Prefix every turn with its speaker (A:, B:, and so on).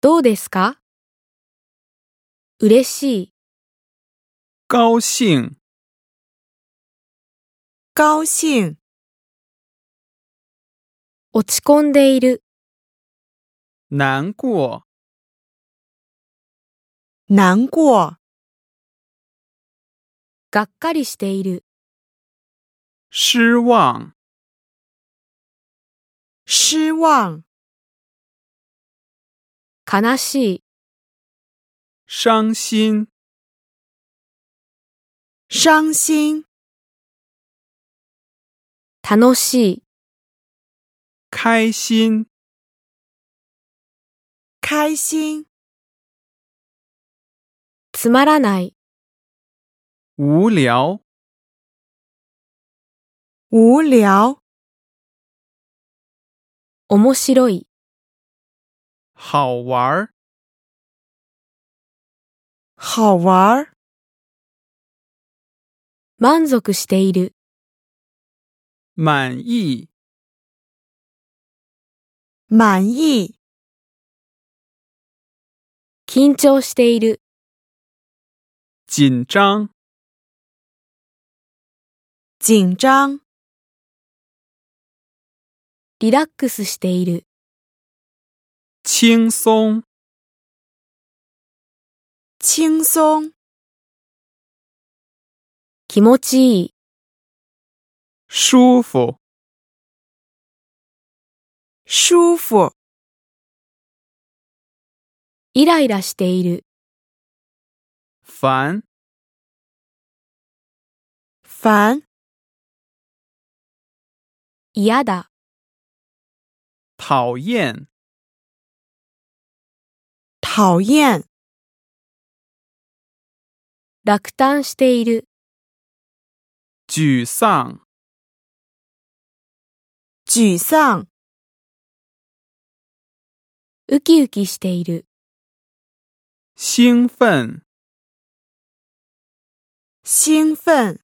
A: どうですか嬉しい、
B: 高兴、
C: 高兴、
A: 落ち込んでいる、
B: 难过、
C: 难过、
A: がっかりしている、
B: 失望、
C: 失望、
A: 悲しい、
B: 伤心、
C: 伤心、
A: 楽しい、
B: 开心、
C: 开心、
A: つまらない、
B: 无聊、
C: 无聊、
A: 面白い、
B: 好玩儿、
C: 好玩儿、
A: 満足している、
B: 满意、
C: 满意、
A: 緊張している、
B: 紧张、
C: 紧张、
A: リラックスしている、
B: 轻松、
C: 轻松、
A: 気持ちいい、
B: 舒服、
C: 舒服、
A: イライラしている、
B: 烦、
C: 烦、
A: 嫌だ、
B: 讨厌、
C: 讨厌、
A: 落胆している、
B: 沮丧、
C: 沮丧、
A: ウキウキしている、
B: 兴奋。
C: 兴奋。